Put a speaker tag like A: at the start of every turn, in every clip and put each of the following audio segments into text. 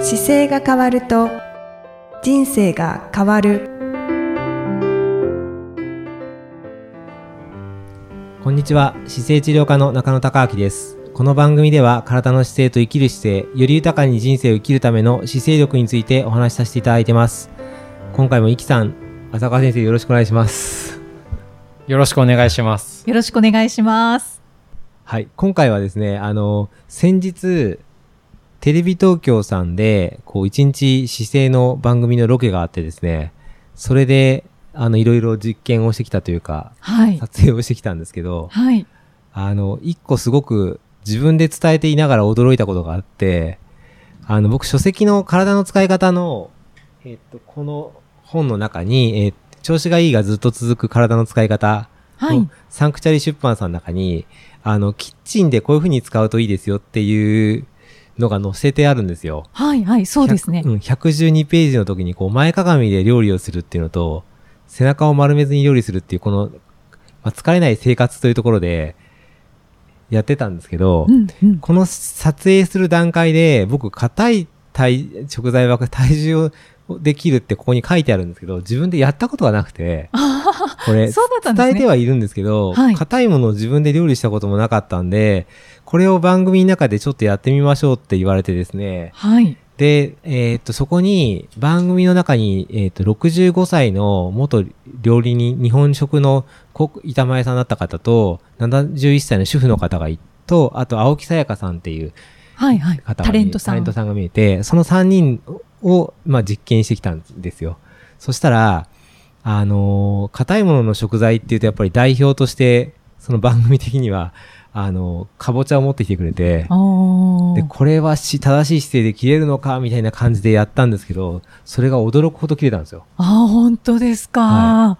A: 姿勢が変わると人生が変わる
B: こんにちは姿勢治療科の中野孝明ですこの番組では体の姿勢と生きる姿勢より豊かに人生を生きるための姿勢力についてお話しさせていただいてます今回もイキさん浅川先生よろしくお願いします
C: よろしくお願いします。
D: よろしくお願いします。
B: はい今回はですねあの先日テレビ東京さんでこう一日姿勢の番組のロケがあってですねそれであのいろいろ実験をしてきたというか
D: はい。
B: 撮影をしてきたんですけど、
D: はい。
B: あの、一個すごく自分で伝えていながら驚いたことがあって、あの、僕書籍の体の使い方の、えっと、この本の中に、えー調子がいいがずっと続く体の使い方の、
D: はい。
B: サンクチャリ出版さんの中に、あの、キッチンでこういう風に使うといいですよっていうのが載せてあるんですよ。
D: はい。はい。そうですね
B: 100。うん、112ページの時に、こう、前かがみで料理をするっていうのと、背中を丸めずに料理するっていう、この、まあ疲れない生活というところで、やってたんですけど、
D: うん。うん。
B: この撮影する段階で、僕、硬い体食材は体重をできるってここに書いてあるんですけど、自分でやったことがなくて、
D: あ
B: これ
D: あ、、そうだったんで
B: 伝
D: す
B: え
D: ね。
B: てはいるんですけど、
D: はい
B: 硬いものを自分で料理したこともなかったんで、これを番組の中でちょっとやってみましょうって言われてですね、
D: はい。
B: で、えーっと、そこに、番組の中に、えーっと、65歳の元料理人、日本食のコック板前さんだった方と、71歳の主婦の方がいと、あと、青木さやかさんっていう
D: はい。はい。
B: 方が
D: タレントさ
B: タレン
D: ん。
B: トさんが見えて、その3人を、まあ、実験してきたんですよ。そしたら、あのー硬いものの食材っていうと、やっぱり代表として、その番組的には、あのーかぼちゃを持ってきてくれて、
D: お
B: で、
D: ー
B: これはし正しい姿勢で切れるのかみたいな感じでやったんですけど、それが驚くほど切れたんですよ。
D: あー、本当ですか。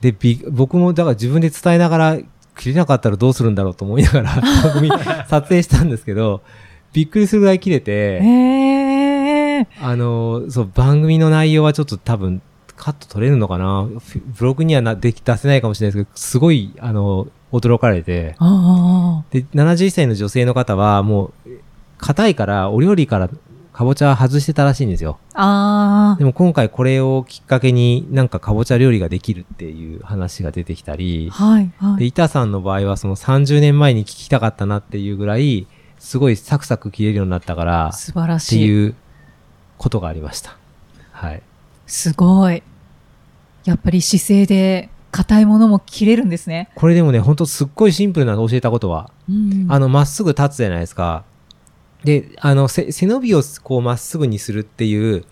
B: で、び僕もだから自分で伝えながら、切れなかったらどうするんだろうと思いながら、番組撮影したんですけど、びっくりするぐらい切れ
D: え
B: て、
D: え。
B: あの、そう、番組の内容はちょっと多分、カット取れるのかなフィブログにはなでき出せないかもしれないですけど、すごい、あの、驚かれて、
D: あ
B: で、71歳の女性の方は、もう、硬いから、お料理から、かぼちゃ外してたらしいんですよ。
D: あ。あ
B: でも今回これをきっかけになんかかぼちゃ料理ができるっていう話が出てきたり
D: あ。、はい。は
B: で、
D: い。
B: 板さんの場合はその30年前に聞きたかったなっていうぐらい、すごいサクサク切れるようになったから、っ
D: 素晴ら
B: て
D: しい。
B: いうことがありました。はい。
D: すごい。やっぱり姿勢で硬いものも切れるんですね。
B: これでもね、ほんとすっごいシンプルなの教えたことは、
D: うん。
B: あの、まっすぐ立つじゃないですか。で、あの、せ背伸びをこうまっすぐにするっていう、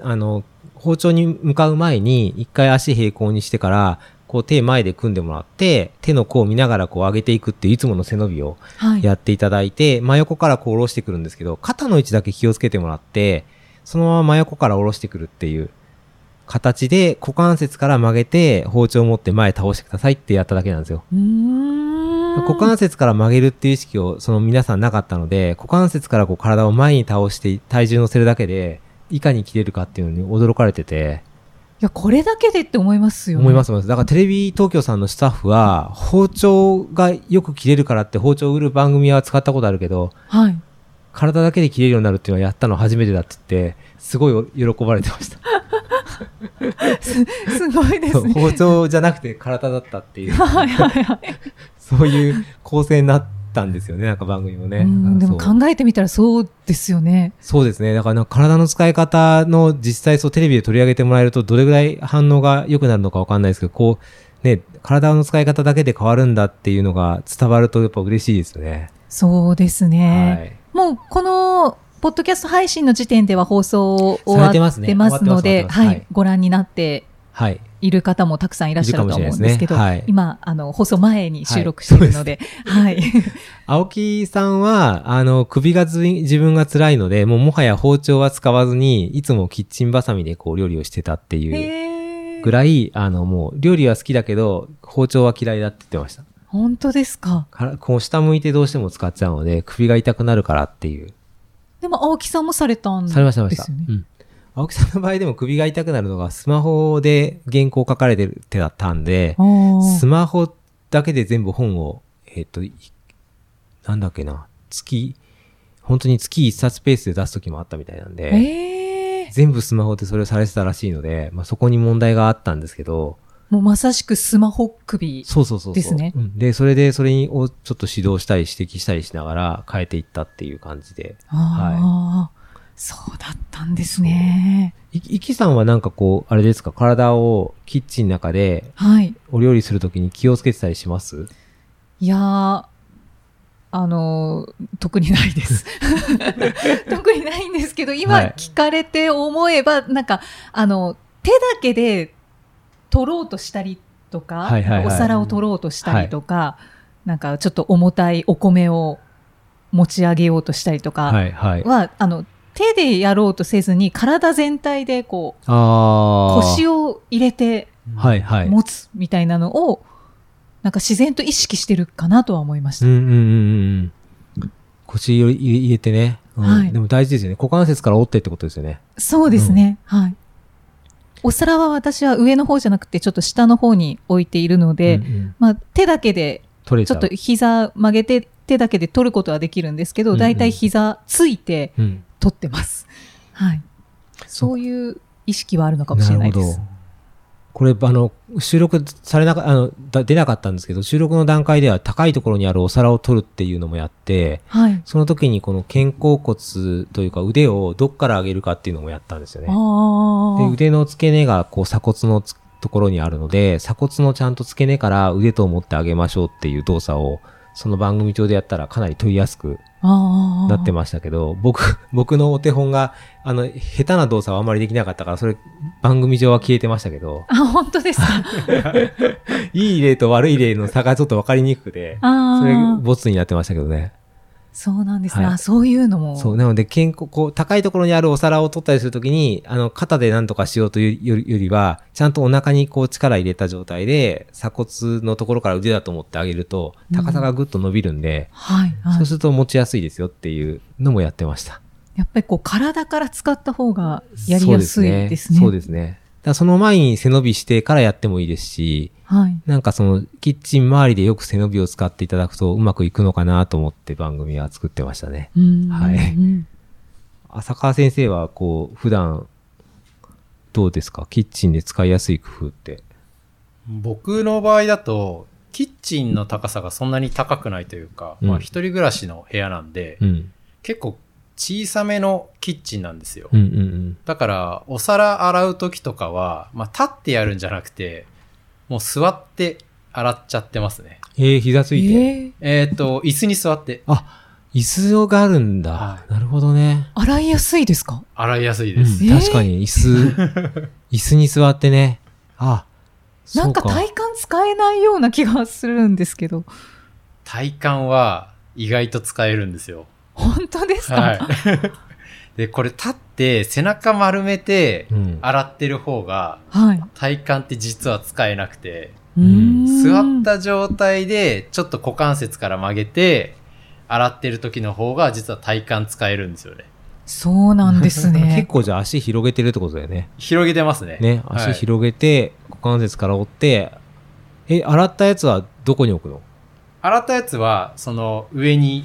B: あの、包丁に向かう前に、一回足平行にしてから、こう手前で組んでもらって、手の甲を見ながらこう上げていくっていういつもの背伸びを
D: はい。
B: やっていただいて、真横からこう下ろしてくるんですけど、肩の位置だけ気をつけてもらって、そのまま真横から下ろしてくるっていう形で、股関節から曲げて、包丁を持って前へ倒してくださいってやっただけなんですよ。
D: うーん。
B: 股関節から曲げるっていう意識をその皆さんなかったので、股関節からこう体を前に倒して体重乗せるだけで、いかに切れるかっていうのに驚かれてて、
D: いや、これだけでって思いますよね。
B: 思います思います。だからテレビ東京さんのスタッフは、包丁がよく切れるからって包丁を売る番組は使ったことあるけど、
D: はい。
B: 体だけで切れるようになるっていうのはやったの初めてだって言って、すごい喜ばれてました。
D: すごいで
B: そ
D: す
B: う
D: ね。
B: 包丁じゃなくて体だったっていう、
D: はいはいはい。
B: そういう構成になったんですよね、なんか番組もね。
D: うんでも
B: そう
D: 考えてみたらそうですよね。
B: そうですね。だからなんか体の使い方の実際そうテレビで取り上げてもらえるとどれぐらい反応が良くなるのかわかんないですけど、こう、ね、体の使い方だけで変わるんだっていうのが伝わるとやっぱ嬉しいですよね。
D: そうです
B: は
D: ね。
B: い。
D: もうこのポッドキャスト配信の時点では放送を終
B: され
D: わってて
B: ますね
D: ますので、
B: 終わってます終わってます
D: は
B: はい
D: い、ご覧になって
B: はい。
D: いる方もたくさんいらっしゃると思うんですけど、
B: いるかもしれないですねはい
D: 今あの放送前に収録しているので、はい、
B: 青木さんは、あの、首がず自分が辛いので、もうもはや包丁は使わずに、いつもキッチンバサミでこう料理をしてたって いう
D: へー
B: ぐらい、あの、もう料理は好きだけど、包丁は嫌いだって言ってました。
D: 本当ですか。
B: からこう下向いてどうしても使っちゃうので、首が痛くなるからっていう。
D: でも青木さんもされたんです
B: され
D: よ
B: ました、されました。
D: ね。
B: うん。青木さんの場合でも首が痛くなるのがスマホで原稿書かれてるってだったんで、
D: あー
B: スマホだけで全部本を、えっ、と、いなんだっけな、月、本当に月1冊ペースで出す時もあったみたいなんで、
D: ええ
B: 全部スマホでそれをされてたらしいので、まあ、そこに問題があったんですけど、
D: もうまさしくスマホ首。
B: そうそうそうそう。
D: ですね
B: うんで、それで、それをちょっと指導したり指摘したりしながら変えていったっていう感じで。
D: ああ、そうだったんですね。
B: い、いきさんはなんかこう、あれですか、体をキッチンの中で
D: はい。
B: お料理するときに気をつけてたりします
D: いやー、あのー、特にな いです。特にないんですけど、今
B: はい
D: 聞かれて思えば、なんか、あの、手だけで取ろうとしたりとか、
B: はいはいはい
D: お皿を取ろうとしたりとか、なんかちょっと重たいお米を持ち上げようとしたりとかは、
B: いはい。
D: あの、手でやろうとせずに、体全体でこう、
B: ああ。
D: 腰を入れて
B: はいはい。
D: 持つみたいなのを、なんか自然と意識してるかなとは思いました
B: うん。うんうんうんうん。腰を入れてね、うん
D: はい
B: でも大事ですよね。股関節から折ってってことですよね。
D: そうですね、はい。お皿は私は上の方じゃなくてちょっと下の方に置いているので、
B: うんうん
D: まあ、手だけで
B: 取れち
D: ち
B: ゃ
D: ょ
B: う。
D: っと膝曲げて手だけで取ることはできるんですけど、
B: うんうん
D: だいたい膝ついて
B: うん、
D: 取ってます。はい、そういう意識はあるのかもしれないです。
B: るほど。これ、あの、収録されなか、あの、だ出なかったんですけど、収録の段階では高いところにあるお皿を取るっていうのもやって、
D: はい。
B: その時にこの肩甲骨というか腕をどっから上げるかっていうのもやったんですよね。で
D: あ
B: 腕の付け根がこう鎖骨のつところにあるので、鎖骨のちゃんと付け根から腕と思ってあげましょうっていう動作を、その番組上でやったらかなり取りやすく
D: あ。ああ。
B: なってましたけど、僕、僕のお手本が、あの、下手な動作はあんまりできなかったから、それ番組上は消えてましたけど、
D: あ、本当 ですか。あ
B: いい例と悪い例の差がちょっとわかりにくくて、それ
D: あ。
B: ボツになってましたけどね。
D: そうなんですね。
B: はい
D: あ、そういうのも。
B: そう、なので、肩甲こう、高いところにあるお皿を取ったりするときに、あの、肩で何とかしようというよりよりは、ちゃんとお腹にこう力入れた状態で、鎖骨のところから腕だと思ってあげると、高さがぐっと伸びるんで、
D: はい、はい
B: そうすると持ちやすいですよっていうのもやってました。
D: やっぱりこう体から使った方がやりやすい
B: そう
D: ですね。
B: ですね。そうですねだからその前に背伸びしてからやってもいいですし、
D: はい。
B: なんかそのキッチン周りでよく背伸びを使っていただくとうまくいくのかなと思って番組は作ってましたね。
D: うん
B: はい
D: うん
B: 浅川先生はこう普段どうですかキッチンで使いやすい工夫って。
C: 僕の場合だと、キッチンの高さがそんなに高くないというか、
B: うん
C: まあ一人暮らしの部屋なんで、
B: うん。
C: 結構小さめのキッチンなんですよ。
B: うんうんうん。
C: だから、お皿洗う時とかは、まあ立ってやるんじゃなくて、もう座って洗っちゃってますね。
B: えー、膝ついて。
D: えー
C: えっ、と、椅子に座って
B: 椅子があるんだ。
C: は
B: なるほどね。
D: 洗いやすいですか
C: 洗いやすい
B: うん
C: です。
D: えー
B: 確かに椅子、 椅子に座ってね。あ、そう
D: なんか体幹使えないような気がするんですけど。
C: 体幹は意外と使えるんですよ。
D: 本当ですか、
C: はい。 で、これ立って背中丸めて
B: うん。
C: 洗ってる方が
D: はい。
C: 体幹って実は使えなくて、
D: うー
B: ん
D: ん
C: 座った状態でちょっと股関節から曲げて洗ってる時の方が実は体幹使えるんですよね。
D: そうなんです
B: 結
D: ね。
B: 構じゃあ足広げてるってことだよね。
C: 広げてますね。
B: ね、
C: はい
B: 足広げて、股関節から折って、え、洗ったやつはどこに置くの
C: 洗ったやつは、その上に、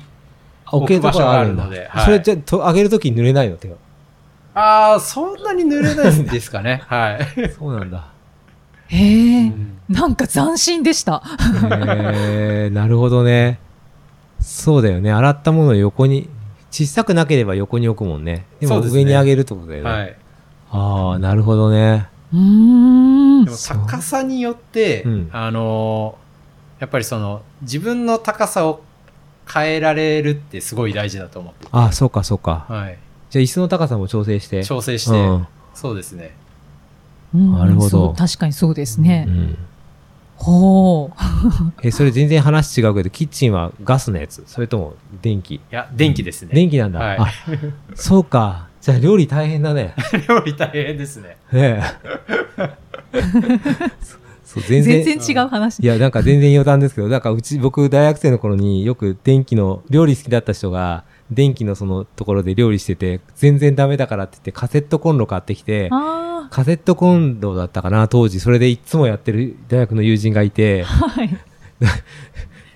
B: あ置けるところがあるんだ
C: 置く場所があるのではい
B: それじゃあと上げるときに濡れないの手は。
C: ああ、そんなに濡れないんですか ね。はい。
B: そうなんだ。
D: へえ、なんか斬新でした。
B: へーなるほどね。そうだよね。洗ったものを横に、小さくなければ横に置くもんね。で
C: そ
B: も
C: うですね
B: 上に上げるってことだよね。
C: はい。
B: ああ、なるほどね。
D: うーん
C: で。も高さによって、
B: うん
C: あのーやっぱりその自分の高さを変えられるってすごい大事だと思ってて、
B: ああ、そうかそうか。
C: はい、
B: じゃあ椅子の高さも調整して。
C: 調整して、
B: うん
C: そうですね
D: うん
B: なるほど
D: そう確かにそうですね
B: う。ん
D: ほう。
B: え、それ全然話違うけど、キッチンはガスのやつそれとも電気
C: いや電気ですね
B: 電気なんだ。
C: はい
B: あ、そうか。じゃあ料理大変だ ね。
C: 料理大変 ですね
B: ねえ そう全然
D: 全然違う話。
B: いやなんか全然余談ですけどなんかうち僕大学生の頃によく電気の料理好きだった人が電気のそのところで料理してて全然ダメだからって言ってカセットコンロ買ってきて
D: あ
B: カセットコンロだったかな当時それでいつもやってる大学の友人がいて
D: あ。はい。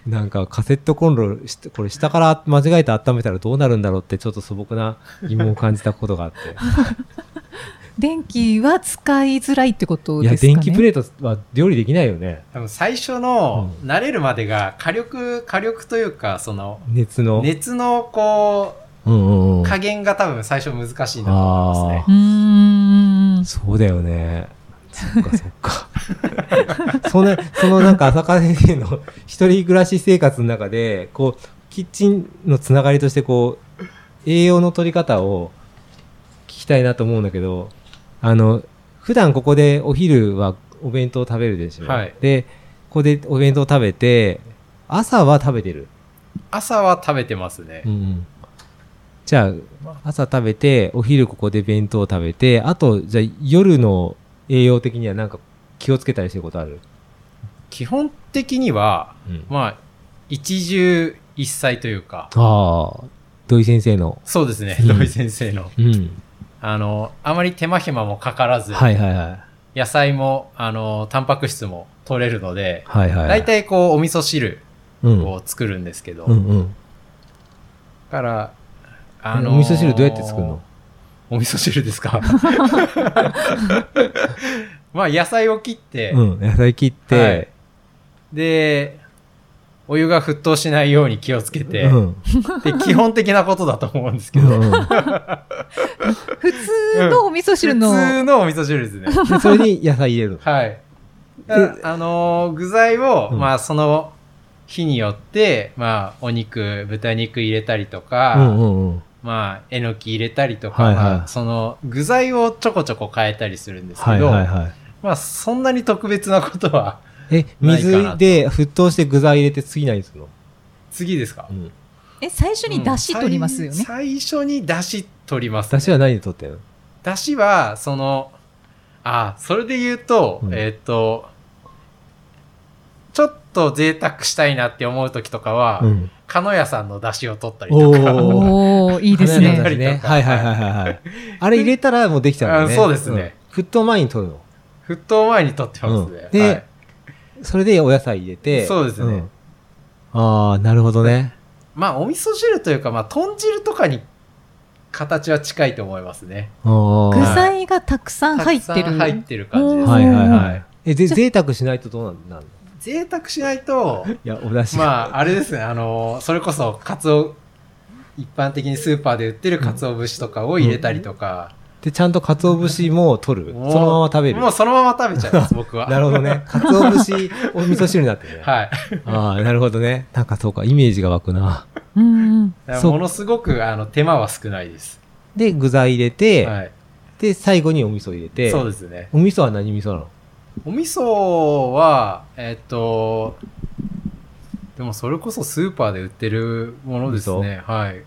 B: なんかカセットコンロし、これ下から間違えて温めたらどうなるんだろうってちょっと素朴な疑問を感じたことがあって。
D: 電気は使いづらいってこと
B: い
D: で
B: や、
D: すかね
B: 電気プレートは料理できないよね。
C: 多分最初の慣れるまでが火力、火力というか、その、
B: 熱の。
C: 熱のこ
B: うんうんう。
C: うん加減が多分最初難しいんだと思いますね
B: あ。
D: うーん
B: そうだよね。そっかそっか。その、そのなんか浅川先生の一人暮らし生活の中で、こう、キッチンのつながりとして、こう、栄養の取り方を聞きたいなと思うんだけど、あの、普段ここでお昼はお弁当を食べるでしょ。
C: はい
B: で、ここでお弁当を食べて、朝は食べてる。
C: 朝は食べてますね
B: う。んうんじゃあ朝食べてお昼ここで弁当を食べてあとじゃあ夜の栄養的にはなんか気をつけたりしてることある、
C: 基本的には、
B: うん、あ
C: まあ、一汁一菜というか、
B: あ土井先生の
C: そうですね、
B: うん
C: 土井先生の。
B: うん
C: あの、あまり手間暇もかからず、
B: はいはいはい
C: 野菜も、あの、タンパク質も取れるので、
B: はいはい
C: 大体こう、お味噌汁
B: うん
C: を作るんですけど、
B: うんうん
C: から、あ
B: あの
C: のー
B: お味噌汁どうやって作るの
C: お味噌汁です かまあ、野菜を切って、
B: うん野菜切って、
C: はいで、お湯が沸騰しないように気をつけて、
B: うん
C: で基本的なことだと思うんです
B: う
C: けど、
B: んうん
D: 普通のお味噌汁の、
C: 普通のお味噌汁ですね。
B: でそれに野菜入れるの
C: はい。だからあのー具材を、
B: うん
C: まあ、その日によって、まあ、お肉、豚肉入れたりとか、
B: うんうんうん
C: まあ、えのき入れたりとか、
B: はいはい
C: まあその具材をちょこちょこ変えたりするんです
B: は
C: け
B: い
C: ど、
B: はいはい
C: まあ、そんなに特別なことは、
B: え
C: ないかな
B: 水で沸騰して具材入れて次何するの、
C: 次ですか
B: うん、
D: え最初に出汁取りますよ
C: うん
D: ね、
C: 最最初に出汁取ります、
B: 出汁は何で取ってんの
C: 出汁は、その、あ、それで言うと、
B: うん
C: えーっ、と、ちょっと贅沢したいなって思う時とかは、
B: ん
C: かのやさんの出汁を取ったりとか。
B: お
D: おおいいです
B: 花屋の味
D: ね
C: 入れたりとか
B: はいはいはいはいはい。あれ入れたらもうできちゃうのね。
C: あそうですね
B: うん。沸騰前に取るの。
C: 沸騰前に取ってます
B: う
C: ね
B: ん。で
C: はい
B: それでお野菜入れて。
C: そうですね
B: んああ、なるほどね。
C: まあ、お味噌汁というか、まあ、豚汁とかに形は近いと思いますね。
B: あー
D: 具材がたくさん入った
C: く
D: て
C: さん
D: る
C: 入ってる感じで
D: お
C: す。
D: ー
B: はいはいはい。え、ぜ、贅沢しないとどうなんなんの
C: 贅沢しないと、
B: いや、お出汁。
C: まあ、あれですね、あの、それこそ、カツオ、一般的にスーパーで売ってるカツオ節とかを入れたりとか、
B: で、ちゃんと鰹節も取る。そ
C: も
B: の
C: う
B: まま食べる
C: も。うそのまま食べちゃいます、 僕は。
B: なるほど ね。鰹節、お味噌汁になってるね。
C: はい。
B: ああ、なるほどね。なんかそうか、イメージが湧くな。
D: うんうん
C: だから
B: そう
C: ものすごく、あの、手間は少ないです。
B: で、具材入れて、
C: はい。
B: で、最後にお味噌入れて。
C: そうですね。
B: お味噌は何味噌なの
C: お味噌は、えっと、でもそれこそスーパーで売ってるものですね。はい。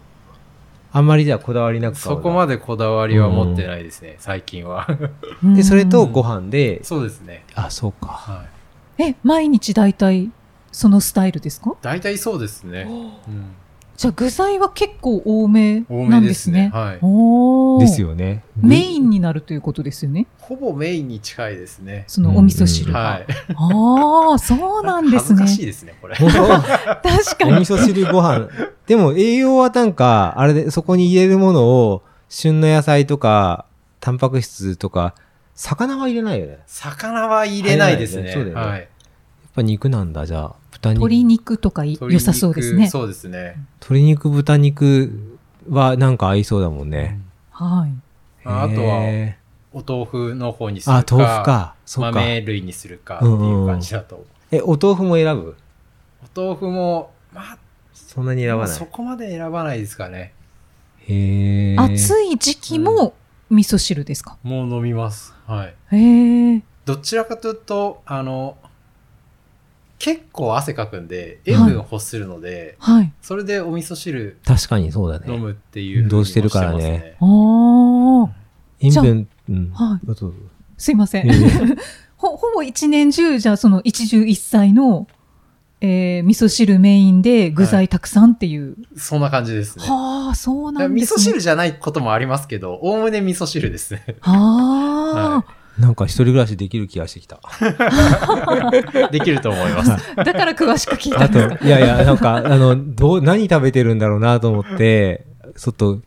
B: あんまりじゃあこだわりなく買う
C: そ
B: の
C: こまでこだわりは持ってないですね、最近は。
D: うん
B: で、それとご飯で、
C: そうですね。
B: あ、そうか。
C: はい。
D: え毎日大体そのスタイルですか
C: 大体そうですね。うん、
D: じゃあ具材は結構多め
C: 多
D: な
C: め
D: んで
C: ですすね
D: ね。
C: はい。
D: おお
B: ですよね。
D: メインになるということですよね
C: ほぼメインに近いですね。
D: そのお味噌汁が、
C: はい。
D: ああそうなんで
C: 恥
D: す
C: ず
D: ね
C: かしいですね、これ。
B: お
D: 確か
B: お
D: に
B: 味噌汁ご飯。 でも栄養はなんか、あれで、そこに入れるものを、旬の野菜とか、タンパク質とか、魚は入れないよね。やっ
C: 魚は入れないですね。
B: 入れないねそうだよね
C: はい。
B: ぱ肉なんだ、じゃあ。豚肉。
D: 鶏肉とかい
C: 鶏肉
D: 良さそうですね
C: そうですね。
B: 鶏肉、豚肉はなんか合いそうだもんね。
D: はい
C: ああとは、
B: へ
C: お豆腐の方にす
B: ー
C: るか。
B: あ、豆腐か。そうか。
C: 豆類にするかっていう感じだと。
B: え、お豆腐も選ぶ
C: お豆腐も、まあ、
B: そんなに選ばない
C: そ。こまで選ばないですかね。
B: へえ。
D: 暑い時期も味噌汁ですか、
C: もう飲みます。はい。
D: へえ
C: どちらかというと、あの、結構汗かくんで、塩分欲するので、
D: はい
C: それでお味噌汁
B: 確かにそうだね。
C: 飲むっていうふうに
B: 運動してるからね
C: もます。
D: ああ
B: 塩分、うん。
D: はい
B: どう ぞどうぞ
D: すいません。
B: いえい
D: ほほぼ一年中、じゃあその一汁一菜の、えー、味噌汁メインで具材たくさんっていう。
C: そんな感じですね。
D: はあ、そうな
C: だから
D: ん
C: 味
D: です
C: 噌
D: ね。
C: 汁じゃないこともありますけど、おおむね味噌汁ですね。
D: はあ、
C: は
B: なんか一人暮らしできる気がしてきた。
C: できると思います。
D: だから詳しく聞い た
B: あ
D: んですか。
B: と、いやいや、なんか、あの、どう、何食べてるんだろうなと思って、ちょっと、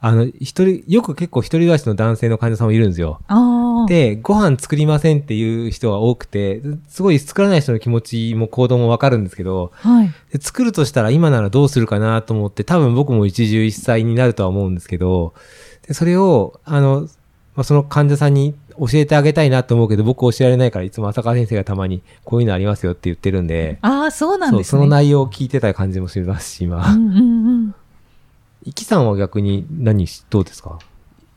B: あの、一人、よく結構一人暮らしの男性の患者さんもいるんですよ。
D: ああ。
B: で、ご飯作りませんっていう人が多くて、すごい作らない人の気持ちも行動もわかるんですけど、
D: はい。
B: で作るとしたら今ならどうするかなと思って、多分僕も一汁一菜になるとは思うんですけど、でそれを、あの、まあ、その患者さんに教えてあげたいなと思うけど、僕教えられないから、いつも浅川先生がたまにこういうのありますよって言ってるんで、
D: ああ、そうなん
B: そ
D: で
B: う
D: す
B: そ
D: ね。
B: の内容を聞いてた感じもしますし、
D: う
B: 今。
D: んうんうん。
B: イキさんは逆に何し、どうですか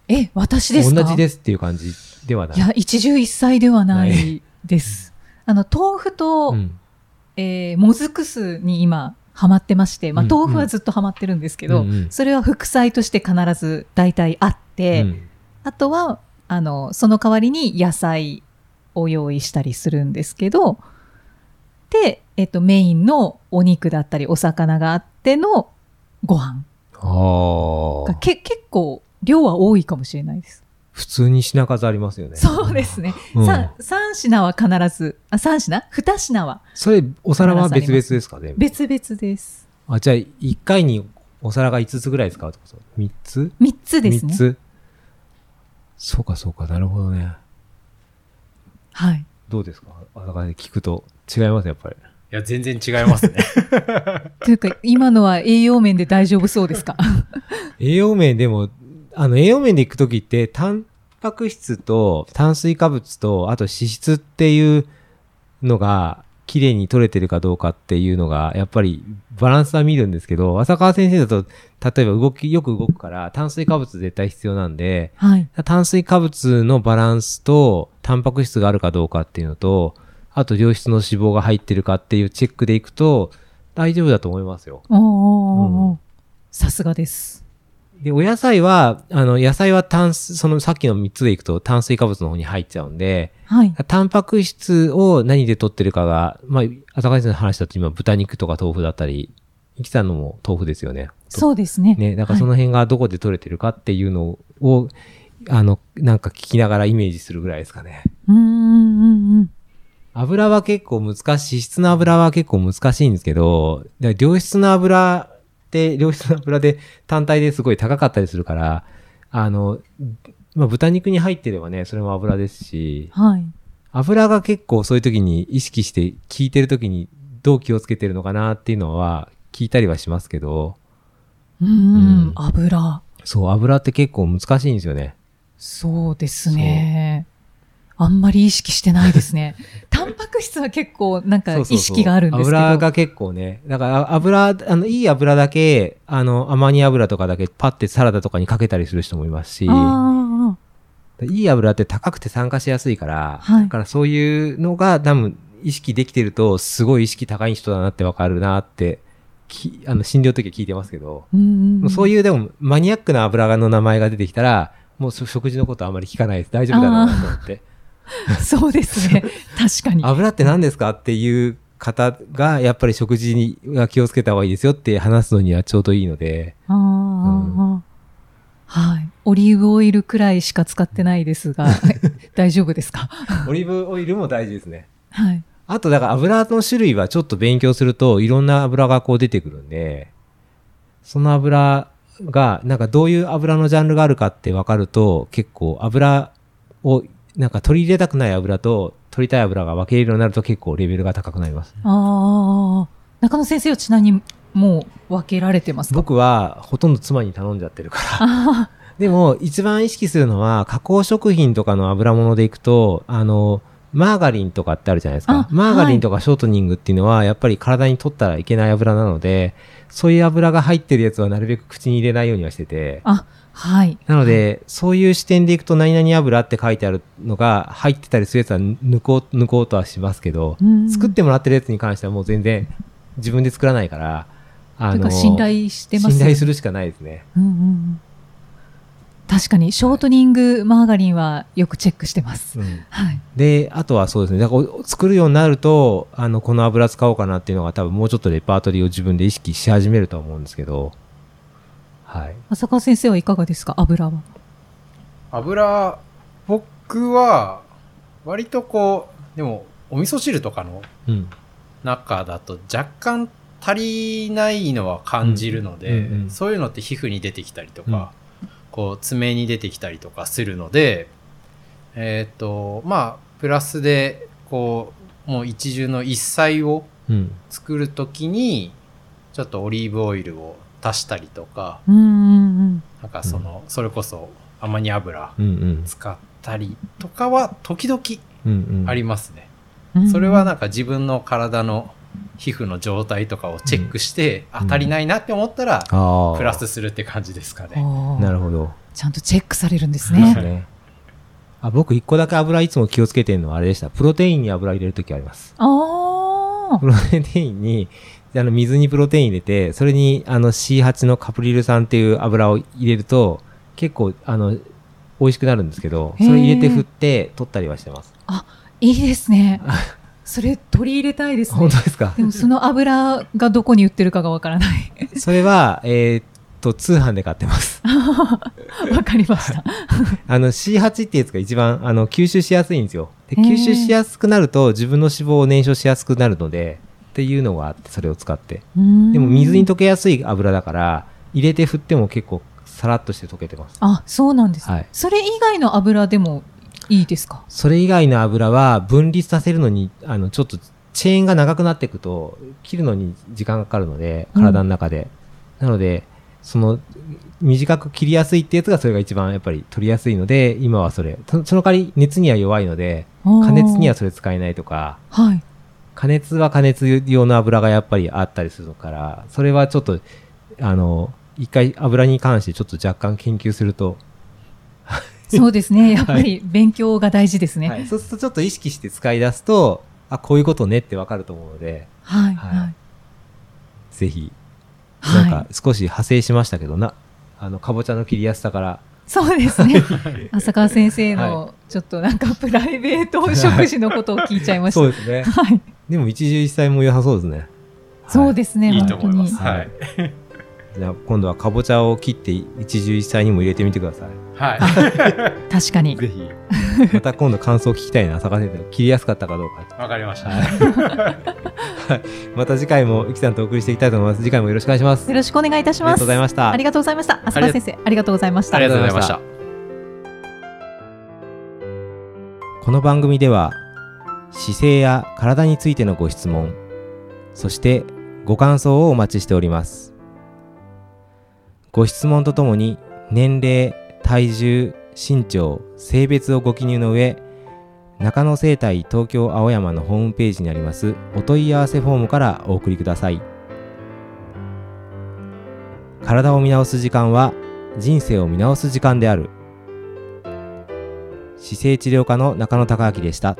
D: え、私ですか
B: 同じですっていう感じではない。
D: いや、一汁一菜ではな
B: ない
D: です。あの、豆腐と、
B: うん、
D: えーもずく酢に今、ハマってまして、まあ
B: う、ん
D: 豆腐はずっとハマってるんですけど、
B: うんうん
D: それは副菜として必ず大体あって、
B: うん
D: あとは、あの、その代わりに野菜を用意したりするんですけど、で、えっと、メインのお肉だったり、お魚があってのご飯
B: あ
D: が
B: あ。
D: け結構、量は多いかもしれないです。
B: 普通に品数ありますよね。
D: そうですね。
B: うん
D: 三三品は必ず、あ、三品二品は
B: それ、お皿は別々ですかね
D: 別々です。
B: あ、じゃあ、1回にお皿が5つぐらい使うってこと ?3 つ
D: 三つです
B: 3
D: ね。
B: つ。そうか、そうか、なるほどね。
D: はい。
B: どうですかあだからね、聞くと違います、やっぱり。
C: いや、全然違いますね。
D: というか、今のは栄養面で大丈夫そうで すか
B: 栄養面でも、あの、栄養面で行くときって、タンパク質と炭水化物と、あと脂質っていうのが、綺麗に取れてるかどうかっていうのが、やっぱりバランスは見るんですけど、浅川先生だと、例えば動き、よく動くから、炭水化物絶対必要なんで、
D: はい。
B: 炭水化物のバランスと、タンパク質があるかどうかっていうのと、あと良質の脂肪が入ってるかっていうチェックでいくと、大丈夫だと思いますよ。
D: おーおーおー
B: う
D: さすがです。
B: で、お野菜は、あの、野菜は炭水、そのさっきの3つでいくと炭水化物の方に入っちゃうんで、
D: はい。
B: タンパク質を何で取ってるかが、まあ、浅川先生の話だと今豚肉とか豆腐だったり、生きさんのも豆腐ですよね。
D: そうですね。
B: ね、だからその辺がどこで取れてるかっていうのを、あの、なんか聞きながらイメージするぐらいですかね。
D: はい、うーんうんうん。
B: 油は結構難しい、脂質の油は結構難しいんですけど、で良質の油って、良質の油で単体ですごい高かったりするから、あの、まあ、豚肉に入ってればね、それも油ですし、
D: はい。
B: 油が結構そういう時に意識して聞いてる時にどう気をつけてるのかなっていうのは聞いたりはしますけど、
D: うーん、
B: うん
D: ん、油。
B: そう、油って結構難しいんですよね。
D: そうですね。あんまり意識してないで すね。タンパク質は結構なんか
B: そう
D: 意
B: そうそう
D: 識があるんですけど。
B: 油が結構ね、だからあ油、あの、いい油だけ、あの、アマニ油とかだけパッてサラダとかにかけたりする人もいますし、
D: あ
B: いい油って高くて酸化しやすいから、
D: はい
B: だからそういうのが多分意識できてると、すごい意識高い人だなってわかるなって、きあの、診療の時は聞いてますけど、
D: あ、うん
B: もうそう
D: い
B: いうでもマニアックな油の名前が出てきたら、もうそ食事のことあんまり聞かないです。大丈夫だろうなと思って。
D: うん。そうで すね。確かに。
B: 油って何ですかっていう方が、やっぱり食事には気をつけた方がいいですよって話すのにはちょうどいいので、
D: あーあーはい。オリーブオイルくらいしか使ってないです が、大丈夫ですか
B: オリーブオイルも大事ですね。
D: はい。
B: あと、だから油の種類はちょっと勉強すると、いろんな油がこう出てくるんで、その油が、なんかどういう油のジャンルがあるかって分かると、結構油を、なんか取り入れたくない油と、取りたい油が分けれるようになると結構レベルが高くなります。
D: ああ。中野先生はちなみにもう分けられてますか
B: 僕はほとんど妻に頼んじゃってるから、
D: あ
B: でも、一番意識するのは、加工食品とかの油物でいくと、あの、マーガリンとかってあるじゃないです
D: あ
B: か。マーガリンとかショートニングっていうのは、やっぱり体に取ったらいけない油なので、そういう油が入ってるやつはなるべく口に入れないようにはしてて
D: あ。、はい。
B: なので、そういう視点でいくと、何々油って書いてあるのが入ってたりするやつは抜こう、抜こうとはしますけど、
D: うん
B: 作ってもらってるやつに関してはもう全然自分で作らないから、あ
D: というか信頼してますよね
B: 信頼するしかないですね。
D: うんうんうん確かにショートニングマーガリンはよくチェックしてます。
B: うん
D: はい。
B: で、あとはそうですね、だからお作るようになると、あの、この油使おうかなっていうのが多分もうちょっとレパートリーを自分で意識し始めるとは思うんですけど、はい。
D: 浅川先生はいかがですか油は。
C: 油、僕は、割とこう、でも、お味噌汁とかの
B: うん。
C: 中だと若干足りないのは感じるので、
B: うんうんうん
C: そういうのって皮膚に出てきたりとか、こう爪に出てきたりとかするのでえっ、とまあプラスでこうもう一汁の一菜を
B: うん。
C: 作るときにちょっとオリーブオイルを足したりとか
D: うんうんうん。
C: なんかその、それこそアマニ油
B: うんうん。
C: 使ったりとかは時々
B: うんうん。
C: ありますね。
D: うん
C: それはなんか自分の体の皮膚の状態とかをチェックして、
B: ん
C: あ足りないなって思ったら、
B: ああ。
C: プラスするって感じですかね。
D: おー
B: なるほど。
D: ちゃんとチェックされるんです
B: そうです
D: ね。
B: ね。あ僕、一個だけ油いつも気をつけてるのはあれでした。プロテインに油入れるときあります。
D: あ
B: プロテインに、あの、水にプロテイン入れて、それに、あの、C8 のカプリル酸っていう油を入れると、結構、あの、美味しくなるんですけど、それ入れて
D: へー
B: 振って、取ったりはしてます。
D: あ、いいですね。それ取り入れたいですね
B: 本当。です か
D: でもその油がどこに売ってるかがわか らない。
B: それは、えーっと、通販で買って ます。
D: わかりました。
B: あの、C8 ってやつが一番、あの、吸収しやすいんですよ。で、
D: へー
B: 吸収しやすくなると、自分の脂肪を燃焼しやすくなるので、っていうのがあって、それを使って。で
D: で
B: も水に溶けやすい油だから、入れて振っても結構さらっとして溶けてます。
D: あ、そうなんですね、
B: はい
D: それ以外の油でもいいですか
B: それ以外の油は分離させるのに、あの、ちょっとチェーンが長くなっていくと、切るのに時間がかかるので、
D: うん
B: 体の中で。なので、その、短く切りやすいってやつがそれが一番やっぱり取りやすいので、今はそれ。そその代わり熱には弱いので、加
D: 加
B: 熱にはそれ使えないとか、
D: はい。
B: 加熱は加熱用の油がやっぱりあったりするから、それはちょっと、あの、一回油に関してちょっと若干研究すると、
D: そうですね。やっぱり勉強が大事ですね。
B: は
D: はいい。
B: そうするとちょっと意識して使い出すと、あ、こういうことねってわかると思うので、
D: はい。
B: は
D: はいい。
B: ぜひ、なんか少し派生しましたけどな、あの、かぼちゃの切りやすさから、
D: そうですね。浅川先生の、ちょっとなんかプライベート食事のことを聞いちゃいまし
B: そ
D: た。
B: うです ね。
D: はい。
B: でも一汁一菜も良さそうですね。
D: そう
B: す。
D: ですね。
C: いいと
D: 本当
C: 思いま
D: に
C: す。。はい。
B: じゃあ今度はかぼちゃを切って一汁一菜にも入れてみてください。
C: は
D: 確か
C: い。
D: に。
C: ぜひ、
B: また今度感想聞きたいな、坂先生。切りやすかったかどうか。
C: わかりました。
B: また次回もゆきさんとお送りしていきたいと思います。次回もよろしくお願いします。
D: よろしくお願いいたし
B: ありが
D: ま
B: とうご
D: す。
B: ざいました
D: あ。りがとうございました。浅川先生、ありがとうございました
C: あり。がとうございました。
B: この番組では姿勢や体についてのご質問そしてご感想をお待ちしておりますご質問とともに年齢体重身長性別をご記入の上中野生態東京青山のホームページにありますお問い合わせフォームからお送りください体を見直す時間は人生を見直す時間である姿勢治療科の中野孝明でした。